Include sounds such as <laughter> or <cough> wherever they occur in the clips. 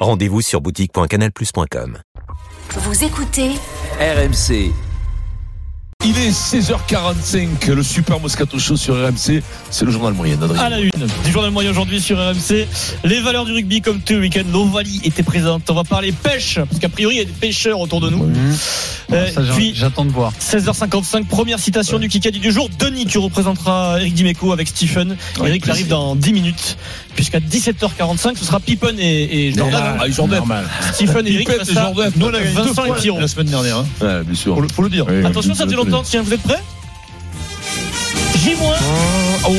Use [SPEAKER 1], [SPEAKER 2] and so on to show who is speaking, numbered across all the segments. [SPEAKER 1] Rendez-vous sur boutique.canalplus.com.
[SPEAKER 2] Vous écoutez
[SPEAKER 3] RMC.
[SPEAKER 4] Il est 16h45, le super Moscato Show sur RMC, c'est le journal moyen Adrien.
[SPEAKER 5] À
[SPEAKER 6] Ah,
[SPEAKER 5] la une du journal moyen aujourd'hui sur RMC, les valeurs du rugby comme tous les week-ends, l'Ovalie était présente. On va parler pêche, parce qu'a priori il y a des pêcheurs autour de nous. Euh,
[SPEAKER 6] Ça, j'en-
[SPEAKER 5] puis
[SPEAKER 6] j'attends de voir.
[SPEAKER 5] 16h55, première citation du Kikadi du jour. Denis, tu représenteras Eric Dimeco avec Stephen.
[SPEAKER 4] Ouais,
[SPEAKER 5] Eric
[SPEAKER 4] plaisir.
[SPEAKER 5] arrive dans 10 minutes, puisqu'à 17h45, ce sera Pippen et, et Jordan.
[SPEAKER 4] Ah, Jordan.
[SPEAKER 5] Stephen et Eric,
[SPEAKER 4] Pippen
[SPEAKER 5] face
[SPEAKER 4] et
[SPEAKER 5] à
[SPEAKER 4] Jordan. Nous, on avait deux
[SPEAKER 5] Vincent
[SPEAKER 4] fois
[SPEAKER 5] et Pierrot.
[SPEAKER 4] la semaine
[SPEAKER 5] dernière.
[SPEAKER 4] Ouais, bien sûr.
[SPEAKER 5] Faut le, faut le dire.
[SPEAKER 4] Oui, oui,
[SPEAKER 5] Attention,
[SPEAKER 4] oui,
[SPEAKER 5] ça fait
[SPEAKER 4] oui.
[SPEAKER 5] longtemps. Tiens, vous êtes prêts J-.
[SPEAKER 4] Oh,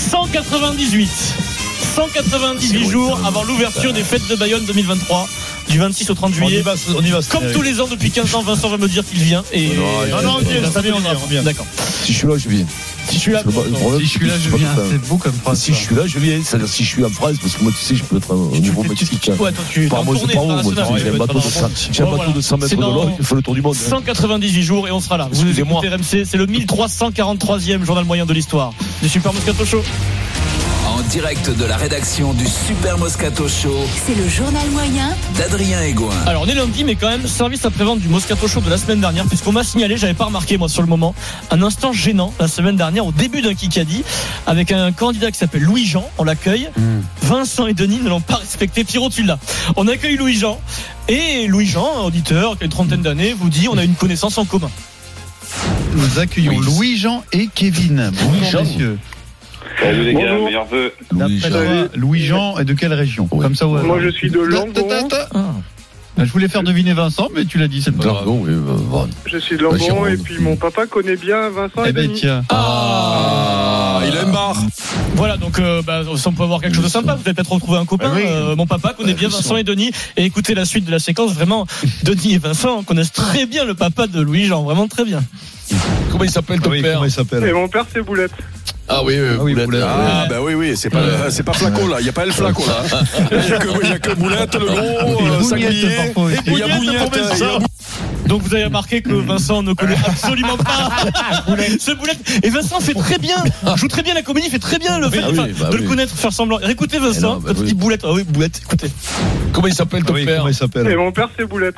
[SPEAKER 5] 198. 198
[SPEAKER 4] C'est
[SPEAKER 5] jours
[SPEAKER 4] brutal.
[SPEAKER 5] avant l'ouverture des fêtes de Bayonne 2023, du 26 au 30 juillet.
[SPEAKER 4] on y va.
[SPEAKER 5] Comme tous les ans depuis 15 ans, Vincent va me dire qu'il vient. Et... Euh,
[SPEAKER 4] Non, non, on vient,
[SPEAKER 5] Ça fait, on vient. D'accord.
[SPEAKER 4] Si je suis là, je viens.
[SPEAKER 5] Si je suis là,
[SPEAKER 4] C'est pas- le problème,
[SPEAKER 6] Si je suis là, je
[SPEAKER 4] c'est pas
[SPEAKER 6] viens.
[SPEAKER 4] tout, hein.
[SPEAKER 6] C'est beau comme phrase.
[SPEAKER 4] Si je suis là, je viens. C'est-à-dire si je suis en France, parce que moi, tu sais, je peux être au
[SPEAKER 5] tu-
[SPEAKER 4] niveau
[SPEAKER 5] tu- tu-
[SPEAKER 4] mexicain.
[SPEAKER 5] ouais, toi, tu-
[SPEAKER 4] Par
[SPEAKER 5] t'es en
[SPEAKER 4] moi, c'est
[SPEAKER 5] tournée
[SPEAKER 4] pas où, moi,
[SPEAKER 5] internationale,
[SPEAKER 4] j'ai
[SPEAKER 5] tu
[SPEAKER 4] un
[SPEAKER 5] vas
[SPEAKER 4] bateau de
[SPEAKER 5] être en
[SPEAKER 4] 100 j'ai un
[SPEAKER 5] Bon,
[SPEAKER 4] bateau de 100
[SPEAKER 5] C'est
[SPEAKER 4] mètres de
[SPEAKER 5] dans-
[SPEAKER 4] long, il fait le tour du monde. hein.
[SPEAKER 5] 198 jours et on sera là. Vous
[SPEAKER 4] Excusez-moi.
[SPEAKER 5] écoutez RMC, c'est le 1343e journal moyen de l'histoire du Super Moscato Show.
[SPEAKER 3] En direct de la rédaction du Super Moscato Show
[SPEAKER 2] C'est le journal moyen
[SPEAKER 3] d'Adrien Egoin.
[SPEAKER 5] Alors on est lundi mais quand même service après-vente du Moscato Show de la semaine dernière puisqu'on m'a signalé, j'avais pas remarqué moi sur le moment, un instant gênant la semaine dernière au début d'un Kikadi avec un candidat qui s'appelle Louis-Jean, on l'accueille.
[SPEAKER 4] Hmm.
[SPEAKER 5] Vincent et Denis ne l'ont pas respecté, Pierrot tu l'as. On accueille Louis-Jean et Louis-Jean, un auditeur qui a une trentaine d'années, vous dit on a une connaissance en commun.
[SPEAKER 6] Nous accueillons
[SPEAKER 4] Oui.
[SPEAKER 6] Louis-Jean et Kevin.
[SPEAKER 4] Louis-Jean.
[SPEAKER 6] Bonjour, messieurs.
[SPEAKER 7] Salut les gars,
[SPEAKER 8] Bonjour.
[SPEAKER 7] meilleurs vœux.
[SPEAKER 4] Louis,
[SPEAKER 6] D'après toi, Louis-Jean est de quelle région
[SPEAKER 4] Ouais.
[SPEAKER 6] Comme ça, ouais. Ben,
[SPEAKER 8] Moi, je suis de Lambon.
[SPEAKER 6] Je voulais faire deviner Vincent, mais tu l'as dit, c'est pas grave.
[SPEAKER 4] Jargon, oui, bah, bon.
[SPEAKER 8] Je suis de
[SPEAKER 4] Bah, Gironde.
[SPEAKER 8] Lambon et puis mon papa connaît bien Vincent
[SPEAKER 6] Eh
[SPEAKER 8] et
[SPEAKER 6] ben
[SPEAKER 8] Denis.
[SPEAKER 6] tiens,
[SPEAKER 4] Ah, il a un bar.
[SPEAKER 5] Voilà, donc euh, bah, si on peut avoir quelque chose de sympa, vous allez peut-être retrouver un copain,
[SPEAKER 4] Bah oui.
[SPEAKER 5] euh, mon papa connaît bien
[SPEAKER 4] bien sûr.
[SPEAKER 5] Vincent et Denis, et écoutez la suite de la séquence, vraiment, Denis et Vincent connaissent très bien le papa de Louis-Jean, vraiment très bien.
[SPEAKER 4] Comment il s'appelle Ah, ton
[SPEAKER 6] Ah Oui,
[SPEAKER 4] père
[SPEAKER 6] comment il s'appelle
[SPEAKER 8] Et mon père, c'est Boulette.
[SPEAKER 4] Ah oui,
[SPEAKER 6] Ah oui, Boulette.
[SPEAKER 4] Ah,
[SPEAKER 9] Ah bah oui oui, c'est pas euh, c'est pas Flaco là, il y a pas El Flaco là. Il y a que, il y a que Boulette, le
[SPEAKER 4] Oh,
[SPEAKER 9] gros,
[SPEAKER 6] Et
[SPEAKER 9] euh,
[SPEAKER 6] Bougnette,
[SPEAKER 9] Sanglier.
[SPEAKER 6] parfois
[SPEAKER 4] Eh,
[SPEAKER 6] aussi.
[SPEAKER 9] Et il y a Bougnette,
[SPEAKER 5] pour
[SPEAKER 9] il y a
[SPEAKER 5] Vincent. Donc vous avez remarqué que Vincent ne
[SPEAKER 6] <laughs>
[SPEAKER 5] connaît absolument pas <laughs> ce boulette. Et Vincent fait très bien, joue très bien la comédie, fait très bien le fait
[SPEAKER 4] Ah
[SPEAKER 5] enfin,
[SPEAKER 4] oui, bah
[SPEAKER 5] de
[SPEAKER 4] oui.
[SPEAKER 5] le connaître, faire semblant. Écoutez
[SPEAKER 4] Eh non,
[SPEAKER 5] Vincent,
[SPEAKER 4] bah
[SPEAKER 5] quand il
[SPEAKER 4] oui.
[SPEAKER 5] dit boulette, ah oui, boulette, écoutez.
[SPEAKER 4] Comment il s'appelle
[SPEAKER 6] Ah
[SPEAKER 4] ton
[SPEAKER 6] oui,
[SPEAKER 4] père Eh,
[SPEAKER 6] Comment il
[SPEAKER 8] Et
[SPEAKER 6] s'appelle
[SPEAKER 8] mon père, c'est Boulette.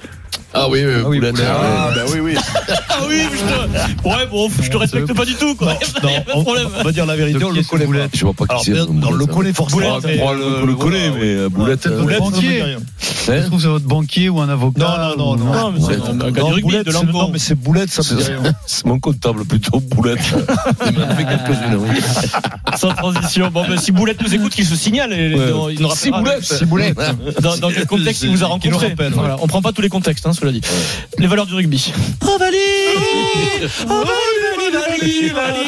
[SPEAKER 4] Ah oui, oui,
[SPEAKER 6] Ah oui,
[SPEAKER 4] Boulette.
[SPEAKER 6] Boulette.
[SPEAKER 4] Ah,
[SPEAKER 9] Ah bah oui oui.
[SPEAKER 5] Ah oui, mais je te, ouais, bon, je te respecte pas du tout, quoi. <laughs> Il y a pas de
[SPEAKER 6] on-
[SPEAKER 5] problème.
[SPEAKER 6] on va dire la vérité,
[SPEAKER 4] De
[SPEAKER 6] on
[SPEAKER 4] qui
[SPEAKER 6] le
[SPEAKER 4] est ce
[SPEAKER 6] connaît pas.
[SPEAKER 4] Boulette Ah, Je vois pas qui
[SPEAKER 6] Alors,
[SPEAKER 4] c'est.
[SPEAKER 6] bien, on le connaît forcément.
[SPEAKER 5] Boulette, mais-
[SPEAKER 4] Probablement que le connaît, mais euh, Boulette.
[SPEAKER 6] Peut-être
[SPEAKER 4] euh,
[SPEAKER 6] votre banquier. Ça se trouve, c'est votre banquier ou un avocat.
[SPEAKER 5] Non, non,
[SPEAKER 6] ou-
[SPEAKER 5] non, non, mais c'est
[SPEAKER 4] Ouais,
[SPEAKER 5] un
[SPEAKER 4] non,
[SPEAKER 5] gars du rugby,
[SPEAKER 6] Boulette,
[SPEAKER 5] de
[SPEAKER 6] c'est-
[SPEAKER 5] Lambeau.
[SPEAKER 6] non, mais c'est boulette, ça me dit rien.
[SPEAKER 4] C'est mon comptable plutôt, Boulette. <laughs> Il m'en a fait quelques-unes, oui.
[SPEAKER 5] Sans transition. Bon, ben, si Boulette nous écoute, qu'il se signale. Et, dans- il nous
[SPEAKER 4] Si
[SPEAKER 5] rappellera
[SPEAKER 4] Boulette
[SPEAKER 6] C'est boulette.
[SPEAKER 5] Dans, dans
[SPEAKER 6] <laughs>
[SPEAKER 5] quel contexte il vous a
[SPEAKER 6] Qu'il nous
[SPEAKER 5] rencontré.
[SPEAKER 6] rappelle, ouais.
[SPEAKER 5] Voilà, on prend pas tous les contextes, hein, cela dit. Les valeurs du rugby.
[SPEAKER 6] <laughs>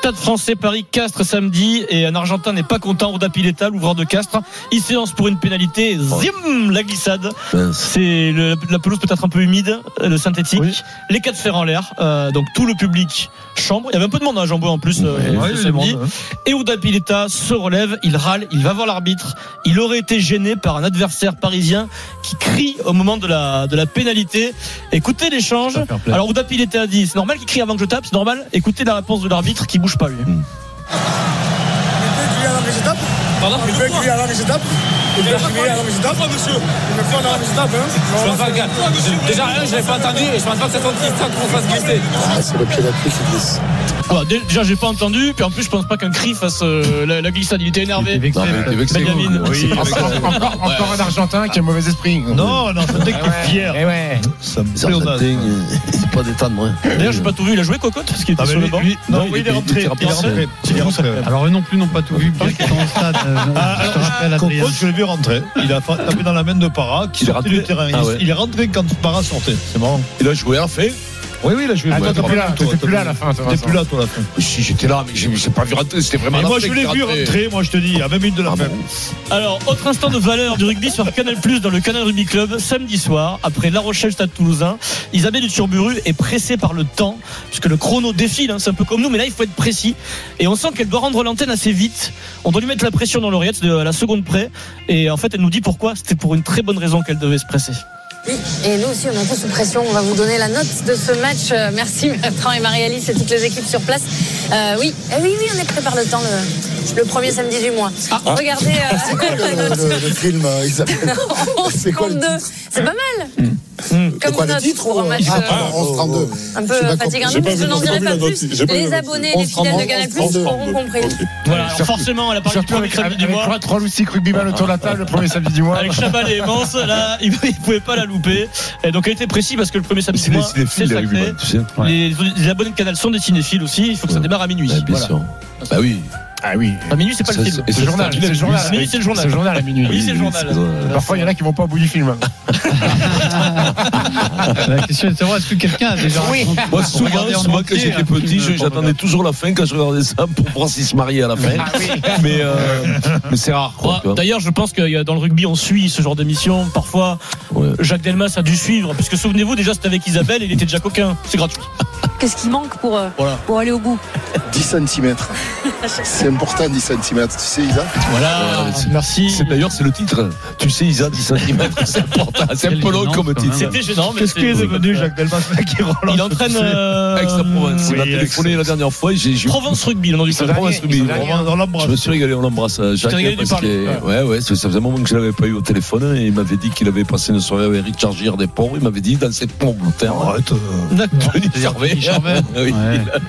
[SPEAKER 5] Stade français Paris Castres samedi et un Argentin n'est pas content. Roda Pileta, l'ouvreur de Castres, il se lance pour une pénalité. Zim, la glissade.
[SPEAKER 4] Mince.
[SPEAKER 5] C'est le- la pelouse peut-être un peu humide, euh, le synthétique. Les quatre fers en l'air. euh, donc tout le public chambre. Il y avait un peu de monde à Jamboué en plus euh,
[SPEAKER 10] Eh,
[SPEAKER 4] Ouais,
[SPEAKER 5] ce
[SPEAKER 6] Ouais, il est
[SPEAKER 5] samedi.
[SPEAKER 6] bon, hein.
[SPEAKER 5] Et Oda Pileta se relève, il râle, il va voir l'arbitre. Il aurait été gêné par un adversaire parisien qui crie au moment de la, de la pénalité. Écoutez l'échange.
[SPEAKER 6] Ça fait un plaisir.
[SPEAKER 5] Alors Oda Pileta a dit, c'est normal qu'il crie avant que je tape, c'est normal. Écoutez la réponse de l'arbitre qui bouge pas lui.
[SPEAKER 6] Hmm.
[SPEAKER 11] Pardon Il veut crier avant que je tape Il veut crier avant que je tape monsieur Il me fait avant que je tape, hein Je vais faire gaffe. Déjà, un, je l'ai pas entendu et je pense pas que ça soit distant qu'on fasse glisser.
[SPEAKER 6] Ah,
[SPEAKER 5] Voilà, dé- déjà j'ai pas entendu, puis en plus je pense pas qu'un cri fasse euh, la, la glissade. Il était
[SPEAKER 6] Il
[SPEAKER 5] énervé.
[SPEAKER 6] était vexé,
[SPEAKER 4] Non, mais il était vexé.
[SPEAKER 5] Benjamin. Ah,
[SPEAKER 4] quoi.
[SPEAKER 6] Oui,
[SPEAKER 4] C'est pas
[SPEAKER 6] vexé.
[SPEAKER 10] <laughs>
[SPEAKER 4] ça.
[SPEAKER 9] Encore un Argentin qui a mauvais esprit.
[SPEAKER 6] Non, non, peut-être qu'il est fier. Eh Ça me
[SPEAKER 4] Les
[SPEAKER 6] plaît, on a-
[SPEAKER 4] Argentins, euh, c'est pas hein. des temps de moi.
[SPEAKER 5] D'ailleurs, j'ai pas tout vu, il a joué cocotte parce qu'il était
[SPEAKER 6] Ah, mais
[SPEAKER 5] sur le
[SPEAKER 6] lui-
[SPEAKER 5] banc.
[SPEAKER 6] lui- non, il
[SPEAKER 5] oui, Oh, il
[SPEAKER 6] était-
[SPEAKER 5] est
[SPEAKER 6] il
[SPEAKER 5] rentré.
[SPEAKER 6] était
[SPEAKER 5] Il est rentré.
[SPEAKER 6] Il est rentré. Alors eux non plus n'ont pas tout vu, bien qu'ils sont au stade. euh, je te rappelle, Adrien.
[SPEAKER 10] Compose, Ah, je l'ai vu rentrer. Il a fa- tapé dans la main de Para qui
[SPEAKER 4] Il est
[SPEAKER 10] sortait du
[SPEAKER 4] rentré
[SPEAKER 10] terrain.
[SPEAKER 4] Ah
[SPEAKER 10] Il-
[SPEAKER 4] ouais.
[SPEAKER 10] Il est rentré quand Para sortait. C'est marrant.
[SPEAKER 4] Il a joué à fait. Oui, oui, là, je vais.
[SPEAKER 10] Ah, toi, t'es plus là, t'es plus là à la fin.
[SPEAKER 4] T'es plus là, toi, à la fin. Si, j'étais là, mais j'ai j'ai pas vu rentrer, c'était vraiment.
[SPEAKER 10] Mais moi,
[SPEAKER 4] après
[SPEAKER 10] je
[SPEAKER 4] que
[SPEAKER 10] l'ai
[SPEAKER 4] t'es
[SPEAKER 10] vu
[SPEAKER 4] rentré.
[SPEAKER 10] rentrer, moi, je te dis, à 20 minutes de la
[SPEAKER 4] Ah
[SPEAKER 10] fin.
[SPEAKER 4] bon
[SPEAKER 5] Alors, autre instant de valeur du rugby sur Canal Plus dans le Canal Rugby Club, samedi soir, après La Rochelle Stade Toulousain. Isabelle Turburu est pressée par le temps, puisque le chrono défile, hein, c'est un peu comme nous, mais là, il faut être précis. Et on sent qu'elle doit rendre l'antenne assez vite. On doit lui mettre la pression dans l'oreillette de- à la seconde près. Et en fait, elle nous dit pourquoi. C'était pour une très bonne raison qu'elle devait se presser.
[SPEAKER 7] Et nous aussi, on est un peu sous pression. On va vous donner la note de ce match. Euh, Merci <laughs> Bertrand et Marie-Alice et toutes les équipes sur place. Euh, oui, Eh oui, oui, on est prêt par le temps le, le premier samedi du mois. Regardez. euh,
[SPEAKER 12] Ah. <laughs> C'est quoi le,
[SPEAKER 7] <laughs>
[SPEAKER 12] le- le film, euh, Isabelle C'est quoi le
[SPEAKER 7] deux.
[SPEAKER 12] titre Hmm.
[SPEAKER 7] C'est pas mal. Comme
[SPEAKER 12] quoi, le
[SPEAKER 7] note
[SPEAKER 12] titre
[SPEAKER 7] pour un match,
[SPEAKER 12] Ah,
[SPEAKER 7] euh,
[SPEAKER 12] pardon, 11-32.
[SPEAKER 10] oh,
[SPEAKER 7] Un peu
[SPEAKER 12] J'ai pas
[SPEAKER 7] fatigant,
[SPEAKER 12] compris.
[SPEAKER 7] mais je n'en dirai pas plus.
[SPEAKER 12] J'ai pas vu
[SPEAKER 7] Les
[SPEAKER 12] la note.
[SPEAKER 7] abonnés, les
[SPEAKER 12] 11-32,
[SPEAKER 7] fidèles de Canal Plus
[SPEAKER 12] 11-32.
[SPEAKER 7] auront compris.
[SPEAKER 5] Voilà, alors forcément, elle a parlé du
[SPEAKER 10] Surtout
[SPEAKER 5] premier
[SPEAKER 10] avec,
[SPEAKER 5] samedi
[SPEAKER 10] avec,
[SPEAKER 5] du mois.
[SPEAKER 10] 3 ou 6 rugbyman autour de la table le premier samedi du mois.
[SPEAKER 5] <laughs> Avec Chabal et Mance, là, il ne pouvait pas la louper. Et donc, elle était précise parce que le premier samedi
[SPEAKER 4] C'est
[SPEAKER 5] du
[SPEAKER 4] des
[SPEAKER 5] mois,
[SPEAKER 4] cinéphiles,
[SPEAKER 5] c'est
[SPEAKER 4] les
[SPEAKER 5] sacré.
[SPEAKER 4] rugbyman, tu sais.
[SPEAKER 5] Les, les abonnés de Canal sont des cinéphiles aussi. Il faut que ça démarre à minuit.
[SPEAKER 4] Ouais, bien
[SPEAKER 5] Voilà.
[SPEAKER 4] sûr. Bah oui. Ah oui.
[SPEAKER 5] À minuit, c'est pas le film.
[SPEAKER 4] Et
[SPEAKER 10] C'est
[SPEAKER 4] ça,
[SPEAKER 10] le journal,
[SPEAKER 4] c'est
[SPEAKER 10] c'est le journal.
[SPEAKER 5] Minuit, c'est le journal.
[SPEAKER 10] C'est le journal à minuit.
[SPEAKER 5] Oui, c'est le journal.
[SPEAKER 10] Parfois, il y en a qui vont pas au bout du film.
[SPEAKER 6] La question est de savoir est-ce que quelqu'un a déjà raconté-
[SPEAKER 4] Moi, souvent,
[SPEAKER 6] regardé en
[SPEAKER 4] souvent quand
[SPEAKER 6] entier
[SPEAKER 4] j'étais
[SPEAKER 6] un film
[SPEAKER 4] petit, je-
[SPEAKER 6] pour
[SPEAKER 4] j'attendais
[SPEAKER 6] regarder.
[SPEAKER 4] toujours la fin quand je regardais ça pour voir s'ils se mariaient à la fin. Mais, euh, mais c'est rare, quoi. tu
[SPEAKER 5] Ouais,
[SPEAKER 4] vois.
[SPEAKER 5] D'ailleurs, je pense que euh, dans le rugby, on suit ce genre d'émission. Parfois, Jacques Delmas a dû suivre. Parce que souvenez-vous, déjà, c'était avec Isabelle, il était déjà coquin. C'est gratuit.
[SPEAKER 13] Qu'est-ce qui manque pour, euh,
[SPEAKER 5] Voilà.
[SPEAKER 13] pour aller au bout
[SPEAKER 10] oh.
[SPEAKER 12] 10 cm. C'est important, 10 cm. Tu sais, Isa
[SPEAKER 5] Voilà.
[SPEAKER 4] Ouais, c'est-
[SPEAKER 5] Merci.
[SPEAKER 4] c'est- D'ailleurs, c'est le titre. Tu sais, Isa, 10 cm, c'est important. C'est un peu long comme titre.
[SPEAKER 5] C'était gênant, mais
[SPEAKER 10] Qu'est-ce
[SPEAKER 5] c'est-
[SPEAKER 10] qu'il est devenu, Jacques Delmas, qui relance
[SPEAKER 5] Il entraîne.
[SPEAKER 10] tu sais.
[SPEAKER 5] euh,
[SPEAKER 4] Aix-la-Provence. Il m'a
[SPEAKER 10] oui,
[SPEAKER 4] téléphoné la dernière fois. et J'ai j'ai-
[SPEAKER 5] Provence Rugby, le nom du
[SPEAKER 4] C'est
[SPEAKER 5] club.
[SPEAKER 4] Provence Rugby.
[SPEAKER 10] On l'embrasse.
[SPEAKER 4] Je me suis régalé, on l'embrasse. euh, Jacques,
[SPEAKER 5] t'es régalé
[SPEAKER 4] parce
[SPEAKER 5] du parler.
[SPEAKER 4] que- ouais, ouais, ça ça faisait un moment que je l'avais pas eu au téléphone et il m'avait dit qu'il avait passé une soirée avec Richard Gir des Ponts. Il m'avait dit dans cette pompe, arrête, <laughs> euh,
[SPEAKER 5] D'accord.
[SPEAKER 4] Denis Gervais.
[SPEAKER 6] Gervais.
[SPEAKER 4] Oui.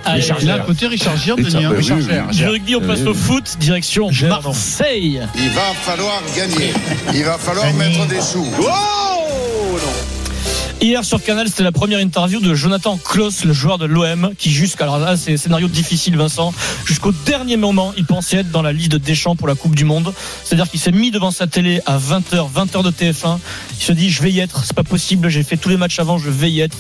[SPEAKER 5] Allez,
[SPEAKER 6] Richard Gere. Il a un côté Richard Gere,
[SPEAKER 4] <laughs> Richard
[SPEAKER 6] Denis. hein.
[SPEAKER 4] Gere,
[SPEAKER 6] Richard
[SPEAKER 4] oui, oui.
[SPEAKER 6] Gere.
[SPEAKER 5] Du rugby, on passe
[SPEAKER 4] Euh,
[SPEAKER 5] au foot, direction
[SPEAKER 6] Gère, non.
[SPEAKER 5] Marseille.
[SPEAKER 12] Il va falloir gagner. Il va falloir mettre des sous.
[SPEAKER 5] Hier sur Canal, c'était la première interview de Jonathan Klaus, le joueur de l'OM, qui jusqu'à alors là, c'est scénario difficile, Vincent. Jusqu'au dernier moment, il pensait être dans la liste de Deschamps pour la Coupe du Monde. C'est-à-dire qu'il s'est mis devant sa télé à 20h, 20h de TF1. Il se dit, je vais y être, c'est pas possible, j'ai fait tous les matchs avant, je vais y être.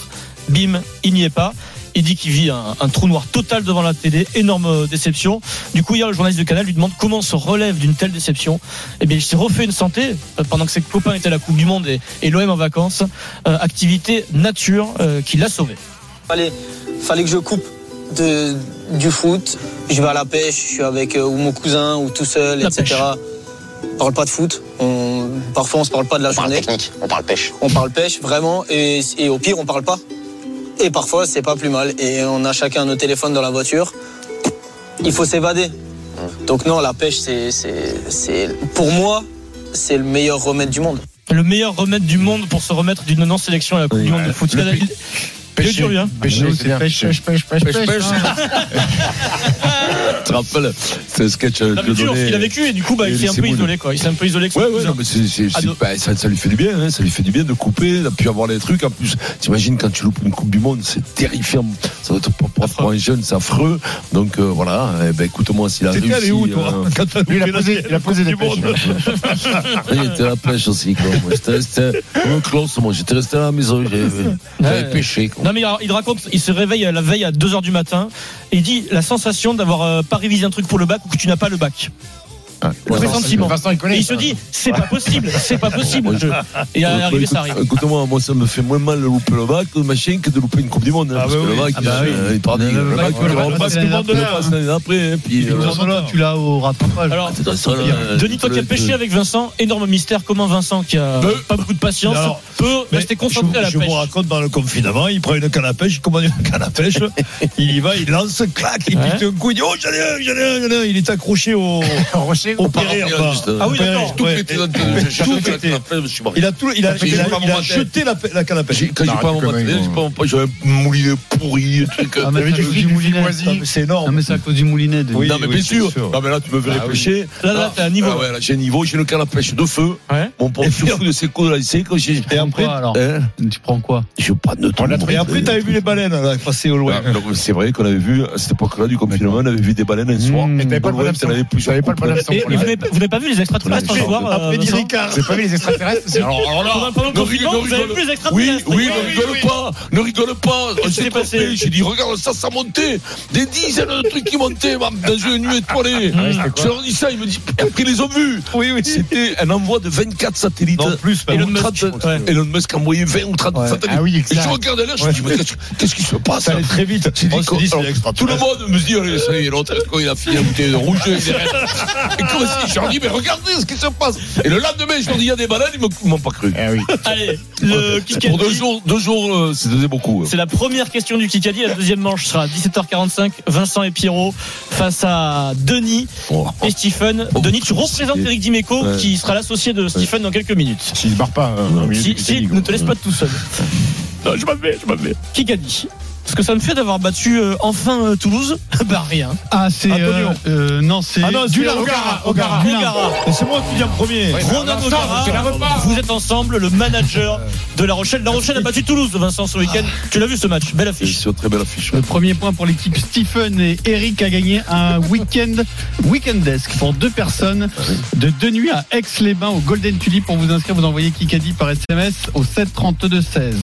[SPEAKER 5] Bim, il n'y est pas. Il dit qu'il vit un, un trou noir total devant la télé, énorme euh, déception. Du coup, hier, le journaliste de Canal lui demande comment on se relève d'une telle déception. Eh bien, il s'est refait une santé euh, pendant que ses copains étaient à la Coupe du Monde et, et l'OM en vacances. Euh, activité nature euh, qui l'a sauvé.
[SPEAKER 14] Fallait, fallait que je coupe de, du foot. Je vais à la pêche, je suis avec euh, ou mon cousin ou tout seul,
[SPEAKER 5] La
[SPEAKER 14] etc.
[SPEAKER 5] pêche.
[SPEAKER 14] On parle pas de foot. On, parfois, on se parle pas de la journée. on parle pêche. On parle pêche, vraiment. Et, et au pire, on parle pas. Et parfois, c'est pas plus mal. Et on a chacun nos téléphones dans la voiture. Il faut s'évader. Donc non, la pêche, c'est, c'est, c'est, pour moi, c'est le meilleur remède du monde.
[SPEAKER 5] Le meilleur remède du monde pour se remettre d'une non-sélection à la Coupe du Monde de foot. Il a- il- il est dur, lui, hein.
[SPEAKER 10] Pêcher,
[SPEAKER 6] Nous,
[SPEAKER 10] c'est
[SPEAKER 4] Ah,
[SPEAKER 10] bien.
[SPEAKER 6] c'est pêche, pêche, pêche, pêche,
[SPEAKER 10] Pêche,
[SPEAKER 6] pêche.
[SPEAKER 10] pêche.
[SPEAKER 6] hein.
[SPEAKER 4] Tu te rappelles, c'est un sketch avec
[SPEAKER 5] Non, mais
[SPEAKER 4] le
[SPEAKER 5] dur,
[SPEAKER 4] Donnet.
[SPEAKER 5] il a vécu et du coup, bah, il
[SPEAKER 4] Et
[SPEAKER 5] s'est un
[SPEAKER 4] c'est
[SPEAKER 5] peu
[SPEAKER 4] bon.
[SPEAKER 5] isolé, quoi. Il s'est un peu isolé. avec son
[SPEAKER 4] Ouais, ouais,
[SPEAKER 5] cousin.
[SPEAKER 4] non, mais c'est- c'est- c'est-
[SPEAKER 5] Ado.
[SPEAKER 4] bah, ça, ça lui fait du bien, hein, ça lui fait du bien de couper, de puis avoir les trucs. En plus, t'imagines quand tu loupes une Coupe du Monde, c'est terrifiant. Ça doit être pour, pour- pour un jeune, c'est affreux. Donc euh, voilà, eh ben, écoute-moi, s'il a réussi.
[SPEAKER 10] T'étais allé où, toi
[SPEAKER 4] euh,
[SPEAKER 10] quand t'as
[SPEAKER 6] Lui, il a
[SPEAKER 10] loupé la
[SPEAKER 6] posé-
[SPEAKER 10] sienne
[SPEAKER 6] il a posé des
[SPEAKER 10] Coupe du
[SPEAKER 6] pêches.
[SPEAKER 10] Monde
[SPEAKER 4] il était à la pêche aussi, quoi. Moi, j'étais resté, moi, Klaus, moi, j'étais resté à la maison, j'avais j'avais
[SPEAKER 5] Ouais.
[SPEAKER 4] pêché, quoi.
[SPEAKER 5] Non mais alors, il raconte, il se réveille la veille à 2h du matin et il dit la sensation d'avoir euh, pas révisé un truc pour le bac ou que tu n'as pas le bac. Le pressentiment.
[SPEAKER 10] Vincent, il connaît.
[SPEAKER 5] Et il se dit c'est pas possible, c'est pas possible. Je- Et
[SPEAKER 4] Euh,
[SPEAKER 5] à
[SPEAKER 4] bah,
[SPEAKER 5] l'arrivée
[SPEAKER 4] écoute-
[SPEAKER 5] ça arrive.
[SPEAKER 4] Écoute-moi, moi ça me fait moins mal de louper le bac, le machin, que de louper une Coupe du Monde. hein,
[SPEAKER 10] Ah
[SPEAKER 4] parce
[SPEAKER 10] bah
[SPEAKER 4] que
[SPEAKER 10] oui.
[SPEAKER 4] le bac,
[SPEAKER 10] Ah bah
[SPEAKER 4] euh,
[SPEAKER 10] oui.
[SPEAKER 4] il part dire,
[SPEAKER 10] Le
[SPEAKER 4] le
[SPEAKER 10] bac,
[SPEAKER 4] bac,
[SPEAKER 10] le bac,
[SPEAKER 4] tout
[SPEAKER 10] c'est
[SPEAKER 4] le
[SPEAKER 10] l'année
[SPEAKER 4] monde le
[SPEAKER 10] d'après.
[SPEAKER 4] passe l'année d'après. hein, puis, euh,
[SPEAKER 6] Vincent, là, tu l'as au rattrapage.
[SPEAKER 5] Alors
[SPEAKER 4] putain, ça, là, euh,
[SPEAKER 5] Denis toi qui as
[SPEAKER 4] le-
[SPEAKER 5] pêché avec Vincent, énorme mystère comment Vincent qui a
[SPEAKER 10] Peu.
[SPEAKER 5] pas beaucoup de patience
[SPEAKER 10] Alors,
[SPEAKER 5] peut
[SPEAKER 10] Mais
[SPEAKER 5] rester concentré
[SPEAKER 10] je,
[SPEAKER 5] à la
[SPEAKER 10] je
[SPEAKER 5] pêche.
[SPEAKER 10] vous raconte dans le confinement, il prend une canne à pêche, il commande une canne à pêche, il y va, il lance, clac, il
[SPEAKER 5] Ouais.
[SPEAKER 10] pique un coup, il dit Oh, j'en ai un, j'en ai un, j'en ai un. Il est accroché
[SPEAKER 4] <laughs>
[SPEAKER 10] au,
[SPEAKER 6] rocher.
[SPEAKER 10] au péril.
[SPEAKER 4] parapluie,
[SPEAKER 10] enfin.
[SPEAKER 4] juste, euh,
[SPEAKER 5] Ah oui, d'accord.
[SPEAKER 10] Ouais.
[SPEAKER 4] pété dans le cul. J'ai
[SPEAKER 10] Tout
[SPEAKER 4] cherché la
[SPEAKER 10] pété.
[SPEAKER 4] canne à pêche, je suis mort.
[SPEAKER 10] Il a, tout, il a,
[SPEAKER 4] J'ai
[SPEAKER 10] il a-
[SPEAKER 4] pas
[SPEAKER 10] il a
[SPEAKER 4] mon
[SPEAKER 10] jeté la, la canne à pêche.
[SPEAKER 4] J'ai- Quand j'ai
[SPEAKER 10] Non,
[SPEAKER 4] pas mon
[SPEAKER 10] tu connais,
[SPEAKER 4] matériel,
[SPEAKER 10] non.
[SPEAKER 4] j'ai pas mon poche, j'avais un moulinet pourri, un truc. euh,
[SPEAKER 6] Ah, mais
[SPEAKER 10] T'avais
[SPEAKER 6] c'est
[SPEAKER 10] du
[SPEAKER 6] à cause
[SPEAKER 10] fil
[SPEAKER 6] moulinet,
[SPEAKER 10] moisi.
[SPEAKER 6] ça,
[SPEAKER 10] C'est énorme.
[SPEAKER 6] Non mais c'est à cause du moulinet, Denis.
[SPEAKER 10] Oui,
[SPEAKER 4] non mais bien sûr. Non mais là tu me verrais
[SPEAKER 10] Ah oui.
[SPEAKER 4] pêcher.
[SPEAKER 5] Là, là,
[SPEAKER 4] Ah.
[SPEAKER 5] t'as un niveau.
[SPEAKER 4] Ah ouais, là j'ai un niveau, j'ai une canne à pêche de feu.
[SPEAKER 5] Ouais.
[SPEAKER 4] Mon pauvre fou de ses coups là, il sait que j'ai.
[SPEAKER 10] Et après,
[SPEAKER 6] Quoi, alors
[SPEAKER 4] Hein
[SPEAKER 6] Tu prends quoi
[SPEAKER 4] Je suis pas de tout. le monde.
[SPEAKER 10] et après, t'avais vu les baleines là, passer au loin.
[SPEAKER 4] Ouais, Ah, donc, C'est vrai qu'on avait vu à cette époque-là du confinement, on avait vu des baleines un soir.
[SPEAKER 10] Mmh.
[SPEAKER 4] Dans
[SPEAKER 10] Et t'avais pas le
[SPEAKER 4] l'Ouest,
[SPEAKER 10] bon
[SPEAKER 4] on avait plusieurs
[SPEAKER 10] T'avais pas le
[SPEAKER 4] couples.
[SPEAKER 10] bon absent.
[SPEAKER 5] Et, mais vous n'avez pas- vous n'avez pas vu les extraterrestres
[SPEAKER 4] Ah,
[SPEAKER 5] ce soir euh, Vincent
[SPEAKER 10] Vous n'avez pas vu les extraterrestres c'est-
[SPEAKER 4] Alors, alors là,
[SPEAKER 5] Pendant le
[SPEAKER 4] ne rigole,
[SPEAKER 5] confinement,
[SPEAKER 4] ne
[SPEAKER 5] vous avez
[SPEAKER 4] rigole.
[SPEAKER 5] vu les
[SPEAKER 4] Oui,
[SPEAKER 5] extraterrestres
[SPEAKER 4] oui,
[SPEAKER 5] Oui,
[SPEAKER 4] ne
[SPEAKER 5] oui,
[SPEAKER 4] rigole
[SPEAKER 5] oui.
[SPEAKER 4] pas, ne rigole pas.
[SPEAKER 5] Qu'est-ce
[SPEAKER 4] On
[SPEAKER 5] qui
[SPEAKER 4] s'est
[SPEAKER 5] s'est passé
[SPEAKER 4] trompé. J'ai dit, regarde ça, ça montait. Des dizaines de trucs qui montaient mam, dans une nuit étoilée.
[SPEAKER 10] Ah ouais, c'était quoi
[SPEAKER 4] Je leur dis ça, ils me disent, après ils les ont vus. Oui, oui. C'était un envoi de 24 satellites.
[SPEAKER 10] Non, plus, pas
[SPEAKER 4] Elon
[SPEAKER 10] moins.
[SPEAKER 4] Musk, Elon Musk a envoyé 20 ou 30 satellites.
[SPEAKER 10] Ah oui,
[SPEAKER 4] Et
[SPEAKER 10] exact.
[SPEAKER 4] je regarde là, je me dis,
[SPEAKER 10] Ouais.
[SPEAKER 4] mais qu'est-ce- qu'est-ce qui se passe
[SPEAKER 10] Ça allait
[SPEAKER 4] là
[SPEAKER 10] très vite.
[SPEAKER 4] J'ai dit, Oh.
[SPEAKER 10] On s'est
[SPEAKER 4] quoi,
[SPEAKER 10] dit, c'est
[SPEAKER 4] alors, Tout le
[SPEAKER 10] extraterrestre.
[SPEAKER 4] monde me dit, allez, ça y est, l'autre, quand il a fini la bouteille de rouge, il reste. Et comme si, je leur dis, mais regardez ce qui se passe. Et le lendemain, je leur dis, il y a des bananes, ils m'ont- ils m'ont pas cru.
[SPEAKER 10] Eh
[SPEAKER 5] Allez, le Kikadi.
[SPEAKER 4] Pour deux jours, deux jours, euh, ça faisait beaucoup.
[SPEAKER 5] C'est la première question du Kikadi. La deuxième manche sera à 17h45. Vincent et Pierrot face à Denis
[SPEAKER 10] Oh.
[SPEAKER 5] et Stephen. Denis, tu représentes Eric Dimeco
[SPEAKER 10] Ouais.
[SPEAKER 5] qui sera l'associé de Stephen dans quelques minutes.
[SPEAKER 10] S'il ne barre pas. euh, au milieu
[SPEAKER 5] Si,
[SPEAKER 10] du
[SPEAKER 5] si,
[SPEAKER 10] meeting,
[SPEAKER 5] ne te laisse
[SPEAKER 10] euh,
[SPEAKER 5] pas tout seul.
[SPEAKER 10] Non, je m'en vais, je m'en vais.
[SPEAKER 5] Kikadi. Ce que ça me fait d'avoir battu euh, enfin euh, Toulouse, <laughs> bah rien.
[SPEAKER 6] Ah, c'est.
[SPEAKER 5] Un peu
[SPEAKER 6] euh,
[SPEAKER 5] lion.
[SPEAKER 6] euh, non, c'est.
[SPEAKER 5] Ah non, c'est
[SPEAKER 6] Dulin.
[SPEAKER 5] Ogara,
[SPEAKER 6] Ogara.
[SPEAKER 5] Ogara.
[SPEAKER 6] Dulin.
[SPEAKER 5] Ogara.
[SPEAKER 10] Et c'est moi qui viens
[SPEAKER 6] bah,
[SPEAKER 10] premier.
[SPEAKER 5] Ronan
[SPEAKER 10] Ensemble,
[SPEAKER 5] Ogara,
[SPEAKER 10] c'est la repas.
[SPEAKER 5] vous êtes ensemble, le manager de La Rochelle. La Rochelle a battu Toulouse, Vincent, ce week-end.
[SPEAKER 10] Ah.
[SPEAKER 5] Tu l'as vu ce match, belle affiche.
[SPEAKER 4] C'est une très belle affiche.
[SPEAKER 6] Le premier point pour l'équipe Stephen et Eric a gagné un week-end weekend desk pour deux personnes de deux nuits à Aix-les-Bains au Golden Tulip. Pour vous inscrire, vous envoyez Kikadi par SMS au 732 16.